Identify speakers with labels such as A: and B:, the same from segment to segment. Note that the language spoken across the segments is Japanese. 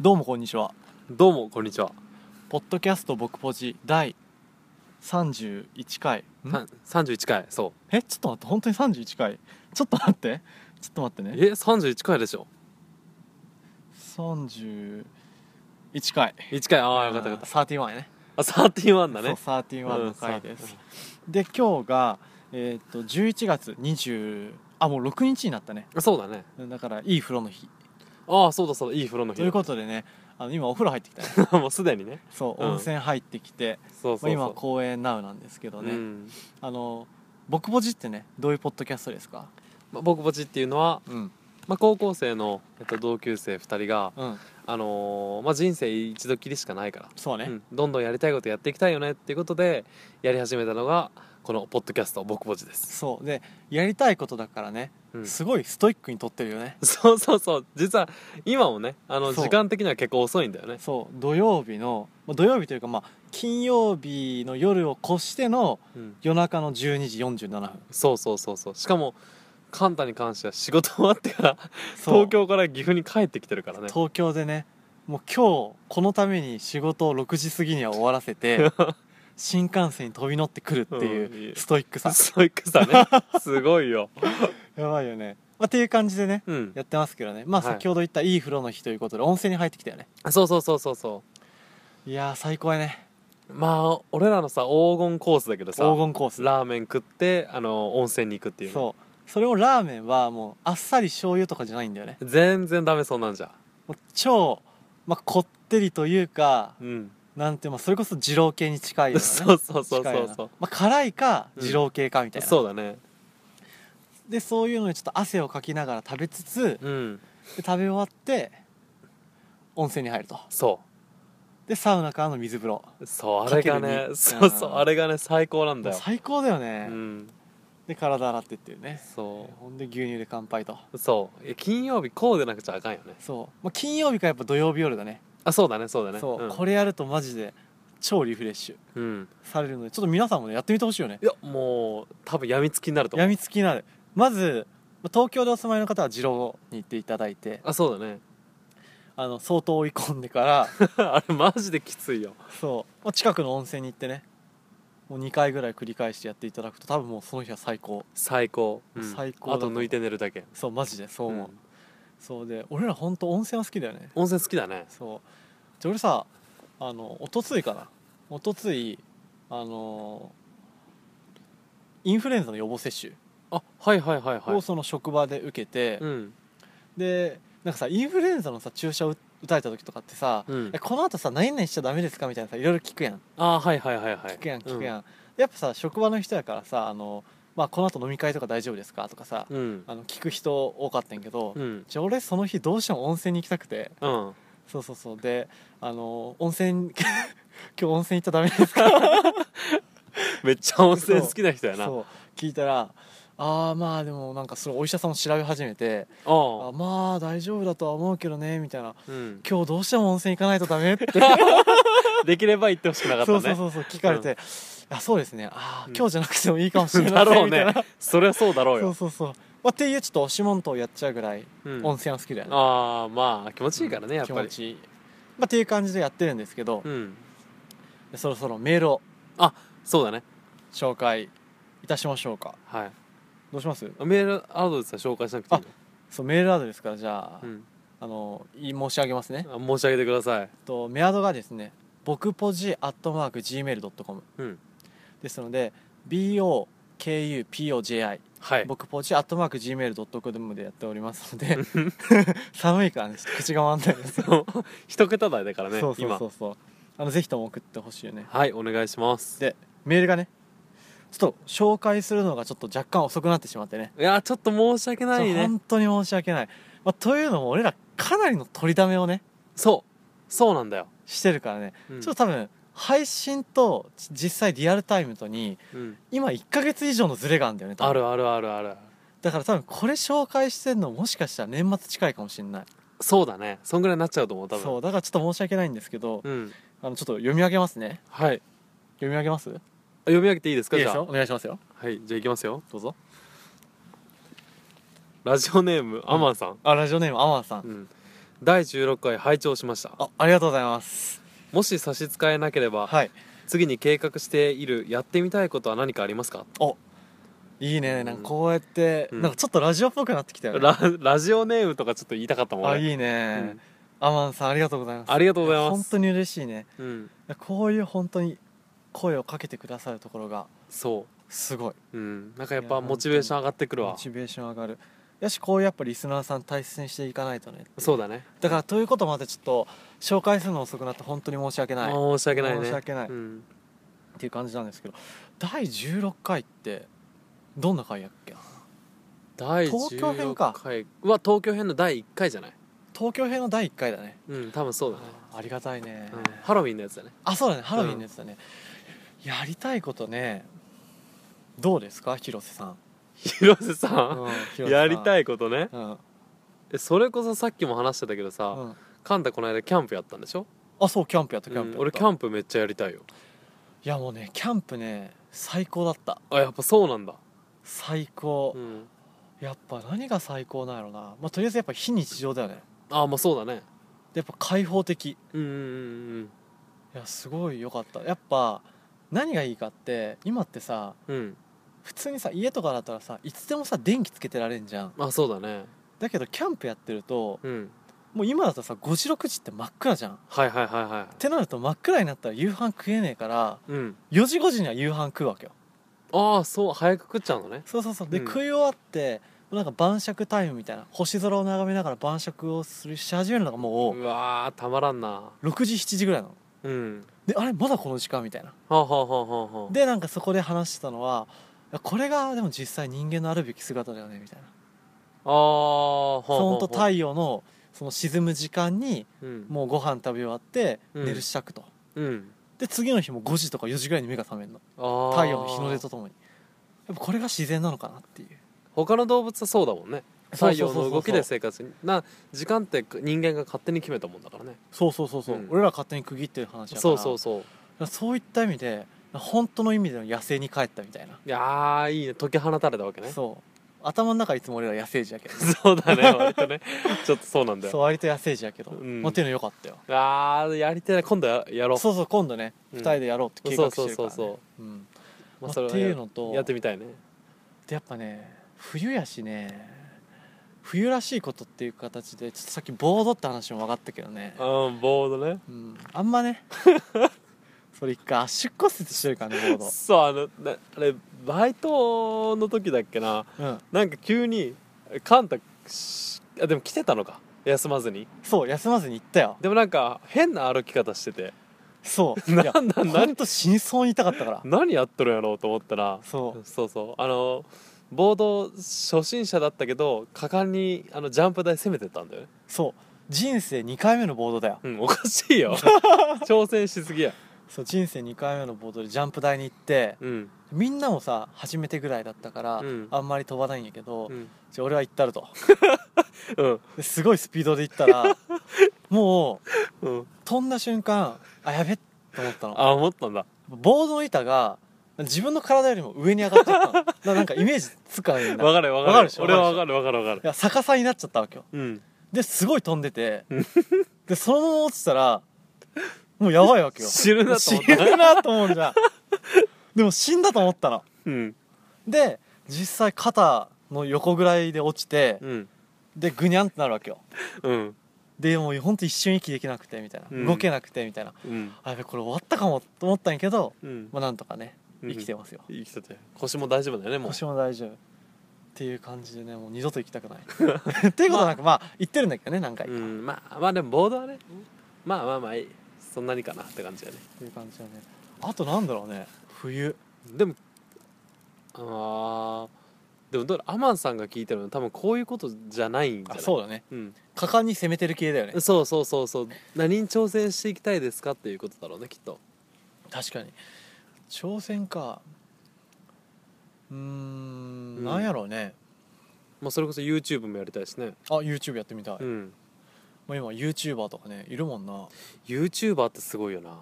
A: どうもこんにちは
B: どうもこんにちは。
A: ポッドキャスト僕ポジ第31回ん
B: 三十一回、そ
A: えちょっと待って本当に31回ちょっと待ってちょっと待って
B: う。
A: ね
B: え、三十一回でしょ。
A: 31回
B: 一回、ああよかったよかった。
A: た31やね
B: あ、サーティワンだね。
A: そう31の回です、
B: うん
A: で今日がえーっと11月20あもう6日になったね
B: そうだね。
A: だからいい風呂の日
B: ああ、そうだそうだ。いい風呂の日。
A: ということでねあの今お風呂入ってきた ね
B: と。もうすでにね。
A: そう
B: うん
A: 温泉入ってきて、
B: そうそうそう。
A: まあ今公園ナウなんですけどね、
B: うん
A: あの僕ポジってねどういうポッドキャストですか
B: まあ僕ぼちっていうのは、
A: うん
B: まあ高校生のえっと同級生二人が、
A: うん
B: あのーまあ人生一度きりしかないから。
A: そうね、
B: うんどんどんやりたいことやっていきたいよねっていうことでやり始めたのがこのポッドキャスト僕ぼちです、
A: そうでやりたいことだからね、
B: うん、
A: すごいストイックに撮ってるよね
B: そうそうそう実は今もねあの
A: そう
B: 時間的には結構遅いんだよね
A: そう土曜日のまあ土曜日というかまあ金曜日の夜を越しての
B: うん
A: 夜中の12時47分
B: そうそうそうそうしかもカンタに関しては仕事終わってから
A: そう
B: 東京から岐阜に帰ってきてるからね
A: 東京でねもう今日このために仕事を6時過ぎには終わらせ て新幹線に飛び乗ってくるっていううんストイックさ、
B: そういう草 ねすごいよ
A: やばいよね、まあ、っていう感じでね
B: うん
A: やってますけどねまあ
B: はい
A: 先ほど言ったいい風呂の日ということで温泉に入ってきたよね
B: そうそうそうそうそ
A: いやー最高やね
B: うまあ俺らのさ黄金コースだけどさ
A: 黄金コース
B: ラーメン食ってあの温泉に行くっていうね
A: そうそれをラーメンはもうあっさり醤油とかじゃないんだよね
B: 全然ダメそうなんじゃ
A: もう超、まあ、こってりというか
B: うん
A: なんていうのそれこそ二郎系に近いような、ね、
B: そうそうそう
A: 近い
B: そ
A: よ
B: う
A: な
B: そう
A: まあ、辛いか
B: うん
A: 二郎系かみたいな、
B: そうだね
A: でそういうのにちょっと汗をかきながら食べつつ
B: うん
A: で食べ終わって温泉に入ると
B: そ
A: でサウナからの水風呂
B: うそうあれが
A: かける
B: ね
A: に
B: そうそう
A: うん
B: あれがね最高なんだよ
A: 最高だよね、
B: うん
A: で体洗ってっていうね
B: そ
A: ほんで牛乳で乾杯と
B: うそうえ金曜日こうでなくちゃあかんよね
A: そう、まあ、金曜日からやっぱ土曜日夜だね
B: あそうだねそうだね
A: そう、
B: ん
A: これやるとマジで超リフレッシュ
B: うん
A: されるのでちょっと皆さんもねやってみてほしいよね
B: いやもう多分やみつきになると思
A: や
B: う
A: みつきになるまずまあ東京でお住まいの方は二郎に行っていただいて
B: あそうだね
A: あの相当追い込んでから
B: あれマジできついよ
A: そう、まあ、近くの温泉に行ってねもう2回ぐらい繰り返してやっていただくと多分もうその日は最高
B: 最高、うん
A: 最高だ
B: あ
A: と
B: と
A: 思う
B: 抜いて寝るだけ
A: そうマジでそう思う、
B: うん
A: そうで俺ら本当温泉は好きだよね
B: 温泉好きだね
A: そうで俺さあの一昨日かな一昨日あのインフルエンザの予防接種
B: あはいはいはいは
A: を
B: い
A: その職場で受けて、
B: うん
A: でなんかさインフルエンザのさ注射を打打たれた時とかってさ、
B: うん
A: えこの後さ何々しちゃダメですかみたいなさいろいろ聞くやん
B: あはいはいはいはい
A: 聞くやん聞く
B: ん
A: やん、やっぱさ職場の人やからさあの、まあ、この後飲み会とか大丈夫ですかとかさ、
B: うん
A: あの聞く人多かったんやけど、
B: うん
A: じゃあ俺その日どうしても温泉に行きたくて
B: うん
A: そうそうそうであの温泉 今日温泉行っちゃダメですか
B: めっちゃ温泉好きな人やなあ
A: そう聞いたらああまあでもなんかそのお医者さんを調べ始めてあ
B: あ
A: まあ大丈夫だとは思うけどねみたいな
B: うん
A: 今日どうしても温泉行かないとダメって
B: できれば行ってほしくなかった
A: そ
B: ね
A: うそうそうそう聞かれて、あそうですねあー、
B: うん
A: 今日じゃなくてもいいかもしれない
B: だろう
A: みたい
B: ね
A: な
B: そりゃそうだろう
A: そう
B: よ
A: そうそう、まあ、っていうちょっと押し問答やっちゃうぐらい、
B: うん
A: 温泉は好きだよね
B: ああまあ気持ちいいからねやっ
A: 気
B: ぱり
A: 持ちいい、まあ、っていう感じでやってるんですけど、
B: うん
A: そろそろメールを
B: そうだね
A: 紹介いたしましょうか
B: はい
A: どうします
B: メールアドレスは紹介しなくていいの
A: そうメールアドレスからじゃあ,、
B: うん
A: あのい申し上げますね、
B: あ申し上げてください
A: とメアドがですね僕ポジアットマーク Gmail.com
B: うん
A: ですので BOKUPOJI
B: はい
A: 僕ポチアットマーク Gmail.com でやっております ので寒いからねちょっと口が回んないです、
B: そう 一桁台だからね
A: そうそう
B: 今
A: そうそうあのぜひとも送ってほしいよね
B: はいお願いします
A: でメールがねちょっと紹介するのがちょっと若干遅くなってしまってね
B: いやちょっと申し訳な
A: ち
B: い
A: ょっと
B: ね
A: 本当に申し訳ない、まあ、というのも俺らかなりの取りだめをね
B: そうそうなんだよ
A: してるからね、
B: うん
A: ちょっと多分配信とじ実際リアルタイムとに
B: うん
A: 今1ヶ月以上のズレがあるんだよね多分
B: あるあるあるある
A: だから多分これ紹介してんのもしかしたら年末近いかもしれない
B: そうだねそんぐらいになっちゃうと思う多分
A: そうだからちょっと申し訳ないんですけど、
B: うん
A: あのちょっと読み上げますね
B: はい
A: 読み上げますい
B: あ読み上げていいですか
A: い
B: じ
A: で
B: ゃ
A: すよ
B: あ
A: お願いしますよ
B: はいじゃあいきますよ
A: どうぞ
B: ラジオネームアマンさん
A: あラジオネームアマンさん、
B: うん第16回拝聴しました
A: あありがとうございます
B: もし差し支えなければ、
A: はい
B: 次に計画しているやってみたいことは何かありますか、
A: おいいねなん
B: うん
A: かこうやって、
B: うん
A: なんかちょっとラジオっぽくなってきたよね
B: ララジオネームとかちょっと言いたかったもん
A: あ
B: 俺
A: いいね、アマンさんありがとうございます
B: ありがとうございます
A: 本当に嬉しいね
B: うんうん
A: こういう本当に声をかけてくださるところが
B: そ
A: すごいう
B: うんなんかやっ
A: いや
B: ぱモチベーション上がってくる
A: モ
B: わ
A: チベーション上がるよしこういうやっぱリスナーさん大切にしていかないとね
B: そうだね
A: だからということまでちょっと紹介するの遅くなって本当に申し訳ないっ
B: 申し訳ないね
A: 申し訳ない
B: うん
A: ていう感じなんですけど第16回ってどんな回やっけ
B: 第
A: 東京編か
B: 16回は東京編の第1回じゃない
A: 東京編の第1回だね
B: うん多分そうだね、
A: ありがたいね、
B: うんハロウィンのやつだね
A: あそうだねハロウィンのやつだね、やりたいことねどうですか広瀬さん、
B: 広瀬さん、やり
A: い
B: たいことね
A: うん、うん
B: えそれこそさっきも話してたけどさ、カンタこの間キャンプやったんでしょ、
A: あそうキャンプやったキャンプや
B: う
A: っ
B: ん
A: た
B: 俺キャンプめっちゃやりたいよ
A: いやもうねキャンプね最高だった
B: あやっぱそうなんだ、
A: 最高、
B: うん、
A: やっぱ何が最高なんやろな、まあ、とりあえずやっぱ非日常だよね
B: あまあそうだね
A: でやっぱ開放的
B: うんうんうん
A: いやすごい良かったやっぱ何がいいかって今ってさ
B: うんうん
A: 普通にさ家とかだったらさいつでもさ電気つけてられんじゃん
B: あそうだね
A: だけどキャンプやってると
B: うん
A: もう今だったらさ5時6時って真っ暗じゃんっ
B: はいはいはいは
A: てなると真っ暗になったら夕飯食えねえから
B: いうん
A: 4時5時には夕飯食うわけよ
B: ああそう早く食っちゃうのね
A: そうそうそうで、
B: うん
A: 食い終わってなんか晩酌タイムみたいな星空を眺めながら晩酌をするし始めるのがも
B: うわーたまらんな
A: う6時7時ぐらいなの
B: うん
A: であれまだこの時間みたいな
B: はあ、はあはあはあはあ、
A: でなんかそこで話してたのはいやこれがでも実際人間のあるべき姿だよねみたいな
B: ああ
A: そのと太
B: イ
A: 陽のその沈む時間に
B: うん
A: もうご飯食べ終わって
B: うん
A: 寝る支度と、
B: うん
A: で次の日も5時とか4時ぐらいに目が覚めるの
B: あー
A: 太陽の日の出とともにやっぱこれが自然なのかなっていう
B: 他の動物はそうだもんね太陽の動き
A: そ
B: で
A: う
B: 生活にな時間って人間が勝手に決めたもんだからね
A: そうそうそうそう、
B: うん
A: 俺ら勝手に区切ってる話だから
B: そ
A: だ
B: うそう
A: か
B: そう
A: らそういった意味で本当の意味での野生に帰ったみたいな、
B: いやーいいね解き放たれたわけね
A: そう頭の中はいつも俺ら野生児やけど
B: そうだね割とね ちょっとそうなんだ
A: そう
B: よ
A: 割と野生児やけど、
B: うん
A: まあっていうのよかったよ
B: あーやりたい今度ややろう
A: そうそう今度ね、
B: うん
A: 二人でやろうって計画してるから、ね、
B: そうそうそう
A: うんま
B: ま
A: あ
B: あ、それ
A: っ
B: は
A: ていう
B: や
A: のと
B: やってみたいね
A: でやっぱね冬やしね冬らしいことっていう形でちょっとさっきボードって話も分かったけどね、
B: うんボードね
A: うん、あんま ねそれ一回圧縮骨折してるからねボー
B: そうあのなあれバイトの時だっけな
A: ド、うん、
B: なんか急にカンタしあでも来てたのか休まずに
A: そう休まずに行ったよ
B: でもなんか変な歩き方してて
A: そう
B: なん
A: いや
B: なん
A: ほんと死にそうに痛かったから
B: 何やっとるんやろうと思ったら
A: そう
B: そうそうあのボード初心者だったけど果敢にあのジャンプ台攻めてったんだよね
A: そう人生2回目のボードだよ
B: うんおかし いよ挑戦しすぎや
A: そう人生2回目のボードでジャンプ台に行って
B: うん
A: みんなもさ初めてぐらいだったから、
B: うん
A: あんまり飛ばないんやけど、
B: うん、
A: じゃあ俺は行ったると
B: うん
A: ですごいスピードで行ったら もう
B: うん、
A: 飛んだ瞬間あやべっと思ったの
B: あ思ったんだ
A: ボードの板が自分の体よりも上に上がっちゃったのだからなんかイメージつかないんだ
B: わ
A: い
B: かるわか
A: わ
B: る
A: かるでしょ
B: 俺はわかるわかるわかる
A: や逆さになっちゃったわけよ
B: うん
A: ですごい飛んでて
B: うん
A: でそのまま落ちたらもうやばいわけよ
B: 死ぬなと思
A: 死
B: った
A: ぬなと思うじゃんでも死んだと思ったの
B: うん
A: で実際肩の横ぐらいで落ちて
B: うん
A: でグニャンってなるわけよ
B: うん
A: でもうほんと一瞬息できなくてみたいな、
B: うん
A: 動けなくてみたいな
B: うん
A: あやべこれ終わったかもと思ったんやけど、
B: うん
A: まあ、なんとかね
B: うん
A: 生きてますよ、
B: 生きてて腰も大丈夫だよねもう
A: 腰も大丈夫っていう感じでねもう二度と行きた くないっていうことはなんかまあ言ってるんだけどね何回か、
B: う
A: っ
B: んまあまあでもボードはねまあまあまあいいそんなにかなって感じだね
A: ていう感じだねあとなんだろうね冬
B: でもあーでもどれアマンさんが聞いてるの多分こういうことじゃないんじゃ
A: あ
B: ない
A: そう
B: う、
A: だね
B: ん、
A: 果敢に攻めてる系だよね
B: そうそうそうそう何に挑戦していきたいですかっていうことだろうねきっと
A: 確かに挑戦かうーん
B: うん
A: なんやろうね
B: まあそれこそ YouTube もやりたいしね
A: あ YouTube やってみたい、
B: うん
A: もう今 YouTuber とかねいるもんな
B: YouTuber ってすごいよな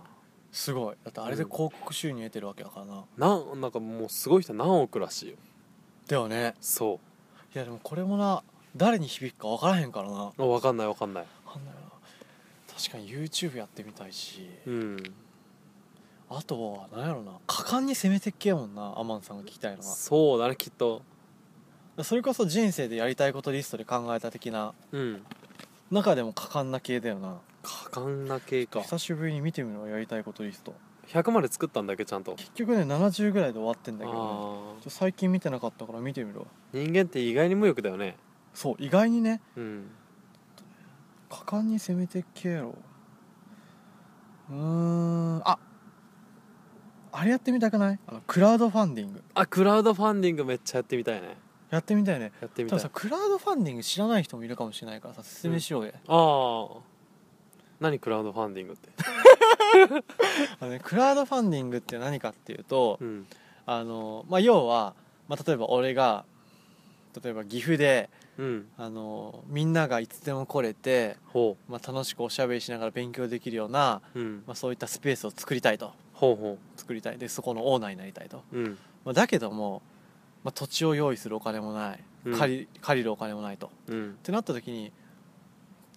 A: すごいだってあれで広告収入得てるわけだからな、
B: なんなんかもうすごい人何億らしいよ
A: だよね
B: そ
A: いやでもこれもな誰に響くか分からへんからな
B: うあ分かんない分かんない
A: わかんない確かに YouTube やってみたいし
B: うん
A: あとは何やろな果敢に攻めてっけやもんなアマンさんが聞きたいのは
B: そうだねきっと
A: それこそ人生でやりたいことリストで考えた的な
B: うん
A: 中でも果敢な系だよな
B: 果敢な系か
A: 久しぶりに見てみるわやりたいことリスト
B: 100まで作ったんだっけちゃんと
A: 結局ね70ぐらいで終わってんだけど、ね、
B: あ
A: ち
B: ー
A: ょ最近見てなかったから見てみるわ
B: 人間って意外に無欲だよね
A: そう意外にね
B: うん
A: 果敢に攻めてっけやろうーんああれやってみたくないあのクラウドファンディング
B: あクラウドファンディングめっちゃやってみたいね
A: やってみたいね
B: やってみ
A: 多
B: たい
A: 分さクラウドファンディング知らない人もいるかもしれないからさ説明しようや、
B: ああ何クラウドファンディングって
A: あのね、クラウドファンディングって何かっていうと、
B: うん
A: あのまあ、要は、まあ、例えば俺が例えば岐阜で
B: うん
A: あのみんながいつでも来れて、
B: ほ
A: まあ、楽しくおしゃべりしながら勉強できるような、
B: ううん
A: まあ、そういったスペースを作りたいと
B: ほうほ
A: 作りたいでそこのオーナーになりたいと、
B: ううん
A: まあ、だけども、まあ、土地を用意するお金もない
B: うん
A: 借り,、借りるお金もないとっ
B: うん
A: てなった時に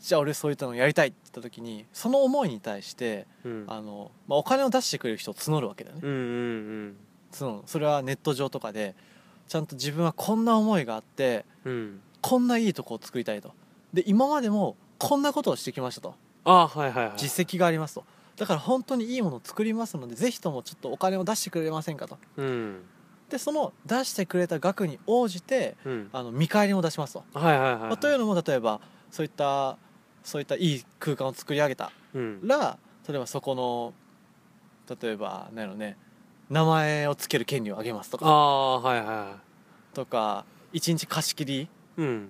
A: じゃあ俺そういったのやりたいって言った時にその思いに対して
B: うん
A: あの、まあ、お金を出してくれる人を募るわけだよね
B: うんうん
A: そのそれはネット上とかでちゃんと自分はこんな思いがあって
B: うんうん
A: こんないいとこを作りたいとで今までもこんなことをしてきましたと
B: ああはいはいはい
A: 実績がありますとだから本当にいいものを作りますのでぜひともちょっとお金を出してくれませんかと
B: うん
A: でその出してくれた額に応じて
B: うん
A: あの見返りも出しますと、
B: はいはいはい
A: まあというのも例えばそういったそういったいい空間を作り上げた
B: うん
A: ら例えばそこの例えば何やろね名前を付ける権利をあげますとか
B: ああはいはいは
A: とか1日貸し切り
B: いうん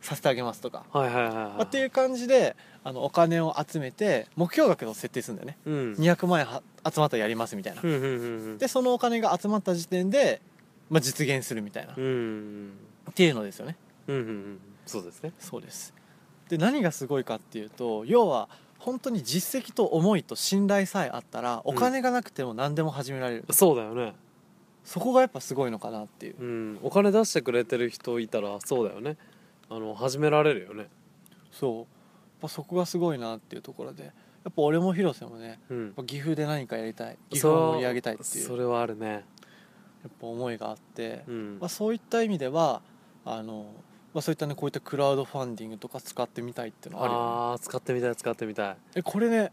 A: させてあげますとか、
B: はいはいはい
A: ま
B: は
A: あっていう感じであのお金を集めて目標額を設定するんだよね
B: うん
A: 200万円は集まったらやりますみたいな、
B: うんうんうんうん
A: でそのお金が集まった時点で、まあ、実現するみたいな、
B: うんうん
A: っていうのですよね
B: うんうんうんそうですね
A: そうですで何がすごいかっていうと要は本当に実績と思いと信頼さえあったらお金がなくても何でも始められる、
B: そうだよね
A: そこがやっぱすごいのかなっていう
B: うんお金出してくれてる人いたらそうだよねあの始められるよね
A: そうやっぱそこがすごいなっていうところでやっぱ俺も広瀬もね
B: うん
A: やっぱ岐阜で何かやりたい岐阜を
B: そう
A: 盛り上げたいっていう
B: そ
A: や
B: れはあるね
A: っぱ思いがあって、
B: うん
A: まあ、そういった意味ではあの、まあ、そういったねこういったクラウドファンディングとか使ってみたいっていうのはあるよ、ね、
B: あー使ってみたい使ってみたい
A: えこれね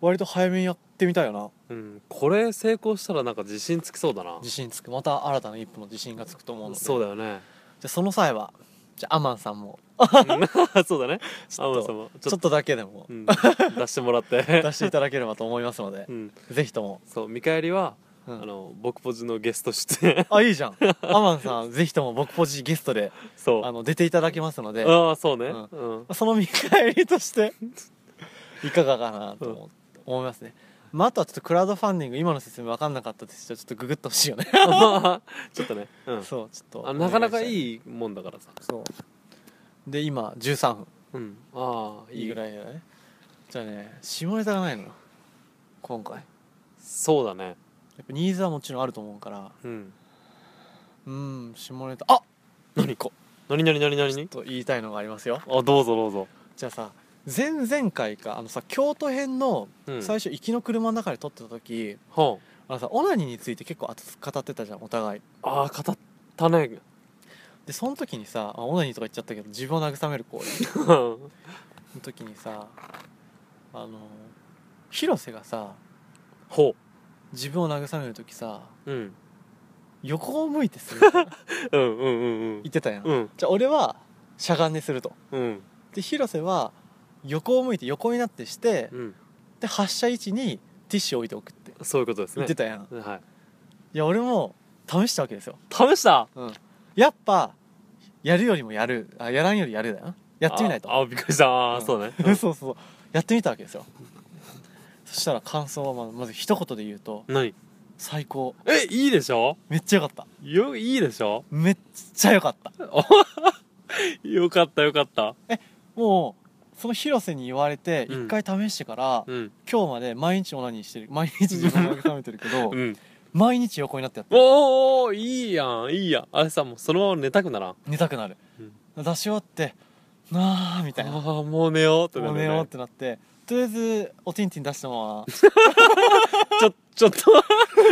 A: 割と早めにやってみたいよな
B: うんこれ成功したらなんか自信つきそうだな
A: 自信つくまた新たな一歩の自信がつくと思うので
B: そう
A: じゃ
B: だよね
A: あその際はじゃあアマンさんも
B: うんそうだね
A: ち
B: ア
A: ょっ
B: マン
A: と
B: 様
A: ちょっとだけでも
B: うん出してもらって
A: 出していただければと思いますので
B: うん
A: ぜひとも、
B: そう見返りは
A: う
B: あ
A: ん、
B: の僕ポジのゲストして
A: あいいじゃんアマンさんぜひとも僕ポジゲストで
B: そう
A: あの出ていただけますので
B: ああそうね
A: うん
B: うん
A: その見返りとしていかがかなと思,、思いますね、まあ、あとはちょっとクラウドファンディング今の説明分かんなかったですけどちょっとググってほしいよね
B: まあちょっとね、う ん、
A: そうちょっと
B: あなかなか
A: い
B: いいもんだからさ、
A: そうで今13分
B: うん、ああ
A: いいぐ
B: い
A: らいだねじゃあね下ネタがないのよ今回や
B: そうだね
A: っぱニーズはもちろんあると思うから
B: うん
A: うん下ネタあ
B: 何
A: か
B: 何何何何何
A: と言いたいのがありますよ
B: あどうぞどうぞ、
A: じゃあさ前々回かあのさ京都編の
B: うん、
A: 最初行きの車の中で撮ってた時、
B: は
A: あのさオナニーについて結構熱く語ってたじゃんお互い
B: あああ語ったね
A: でその時にさあオナニーとか言っちゃったけど自分を慰める行為
B: うん
A: の時にさあの広瀬がさ
B: ほ
A: 自分を慰める時さ
B: ううん
A: 横を向いてする って
B: うんうんうん
A: 言ってたやん、
B: うんうん
A: じゃあ俺はしゃがんですると
B: うん
A: で広瀬は横を向いて横になってして
B: うん
A: で発射位置にティッシュを置いておくって
B: そういうことです
A: 言
B: ね
A: ってたやん、
B: はい
A: いや俺も試したわけですよ、
B: 試した
A: うん、やっぱやるよりもやるあやらんよりやるだよなやってみないと
B: ああびっくりしたああ、
A: ん
B: そうね
A: そうそうやってみたわけですよそしたら感想はまあまず一言で言うと
B: 何
A: 最高
B: えいいでしょ
A: めっちゃ良かった
B: よいいでしょ
A: めっちゃ良かった
B: よかったよかった
A: もうその広瀬に言われて
B: うん
A: 一回試してから、
B: うん
A: 今日まで毎日オナニーしてる 毎日自分を食べてるけど
B: うん
A: 毎日横になってやってる
B: おーおーいいやんいいやんあれさもうそのまま寝たくならん
A: 寝たくなる、出し終わってなあみたいな
B: ああもう寝ようってな
A: も
B: る
A: う
B: ね
A: 寝ようってなってとりあえずおちんちん出したまま
B: ちょちょっ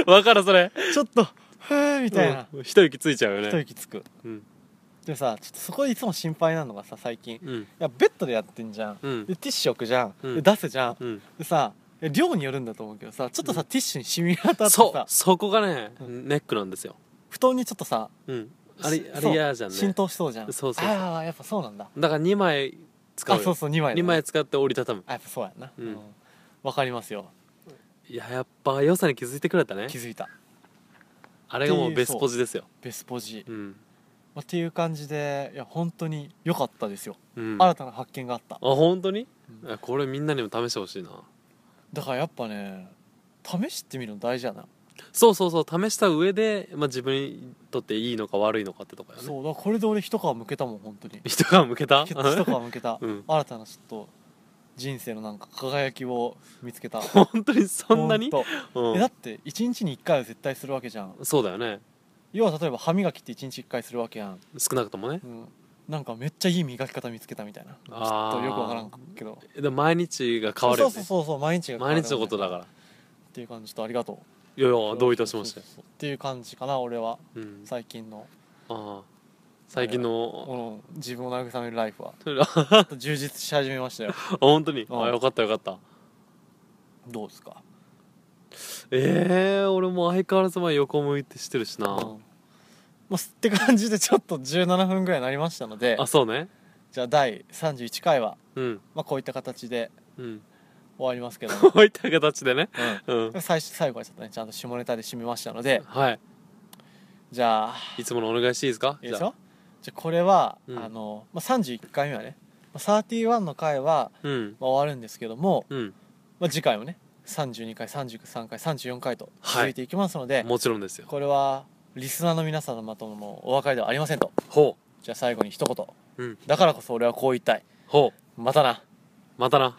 B: と わかるそれ
A: ちょっとふーみ
B: み
A: たいな、
B: 一息ついちゃうよ
A: 一
B: ね
A: 息つく
B: うん
A: でもさちょっとそこでいつも心配なのがさ最近い
B: うん
A: やベッドでやってんじゃん、
B: うん
A: でティッシュ置くじゃん、
B: うん
A: で出すじゃん
B: うん
A: でさ量によるんだと思うけどさちょっとさ、
B: う
A: ティッシュに染み当たって
B: そう
A: さ
B: そこがね
A: うん
B: ネックなんですよ
A: 布団にちょっとさ
B: うんあれ
A: し
B: あ
A: そ
B: れ
A: う
B: 嫌じゃんね
A: 浸透しそうじゃん
B: そうそうそう
A: ああやっぱそうなんだ
B: だから2枚使う
A: あそう
B: よ
A: そう2枚だね
B: 2枚使って折りたたむ
A: あやっぱそうやんな
B: うん
A: わ、かりますよ
B: いややっぱ良さに気づいてくれたね
A: 気づいた
B: あれがも
A: って
B: う
A: いう
B: ベスポジですよ
A: ベスポジ、
B: うん
A: まあ、っていう感じでいや本当に良かったですよ、
B: うん
A: 新たな発見があった
B: あ本当に、
A: う
B: あこれみんなにも試してほしいな
A: だからやっぱね試してみるの大事やな、
B: そうそうそう試した上で、まあ、自分にとっていいのか悪いのかってとこやね
A: そうだからこれで俺一皮むけたもん本当に
B: 人が向けた
A: 一皮むけた、
B: うん
A: 新たなちょっと人生のなんか輝きを見つけた
B: 本当にそんなに、
A: ほと
B: う
A: えだ
B: ん
A: っ、て1日に1回は絶対するわけじゃん
B: そうだよね
A: 要は例えば歯磨きって1日1回するわけやん、
B: 少なくともね
A: うん、なんかめっちゃいい磨き方見つけたみたいなちょ
B: あー
A: っとよくわからんけど
B: えでも毎日が変わるよね
A: そうそうそうそう毎日が変わる
B: 毎日のことだからら
A: っていう感じとありがとう
B: いやいやどういたしまして
A: そうそうそうっていう感じかな俺は
B: うん
A: 最近の
B: ああ最近の
A: この自分を慰めるライフは
B: あ
A: ちょっと充実し始めましたよ
B: 本当に
A: うん
B: あよかったよかった
A: どうですか
B: えー、俺も相変わらず前横向いてしてるし
A: うん
B: な、
A: もうって感じでちょっと17分ぐらいになりましたので
B: あそうね
A: じゃあ第31回は、
B: うん
A: まあ、こういった形で
B: うん
A: 終わりますけども、
B: こういった形でね
A: うん
B: うん
A: 最初最後はちょっとねちゃんと下ネタで締めましたので
B: はい
A: じゃあ
B: いつものお願いしていいですか
A: いいでし
B: じゃあ
A: ょじゃあこれは、
B: うん
A: あの、まあ、31回目はねまあ31の回は、
B: うん
A: まあ、終わるんですけども、
B: うん
A: まあ、次回もね32回33回34回と続いていきますので、
B: もちろんですよ
A: これはリスナーの皆様とのお別れではありませんと
B: ほ
A: じゃあ最後に一言
B: ううん
A: だからこそ俺はこう言いたい
B: ほう
A: またな
B: またな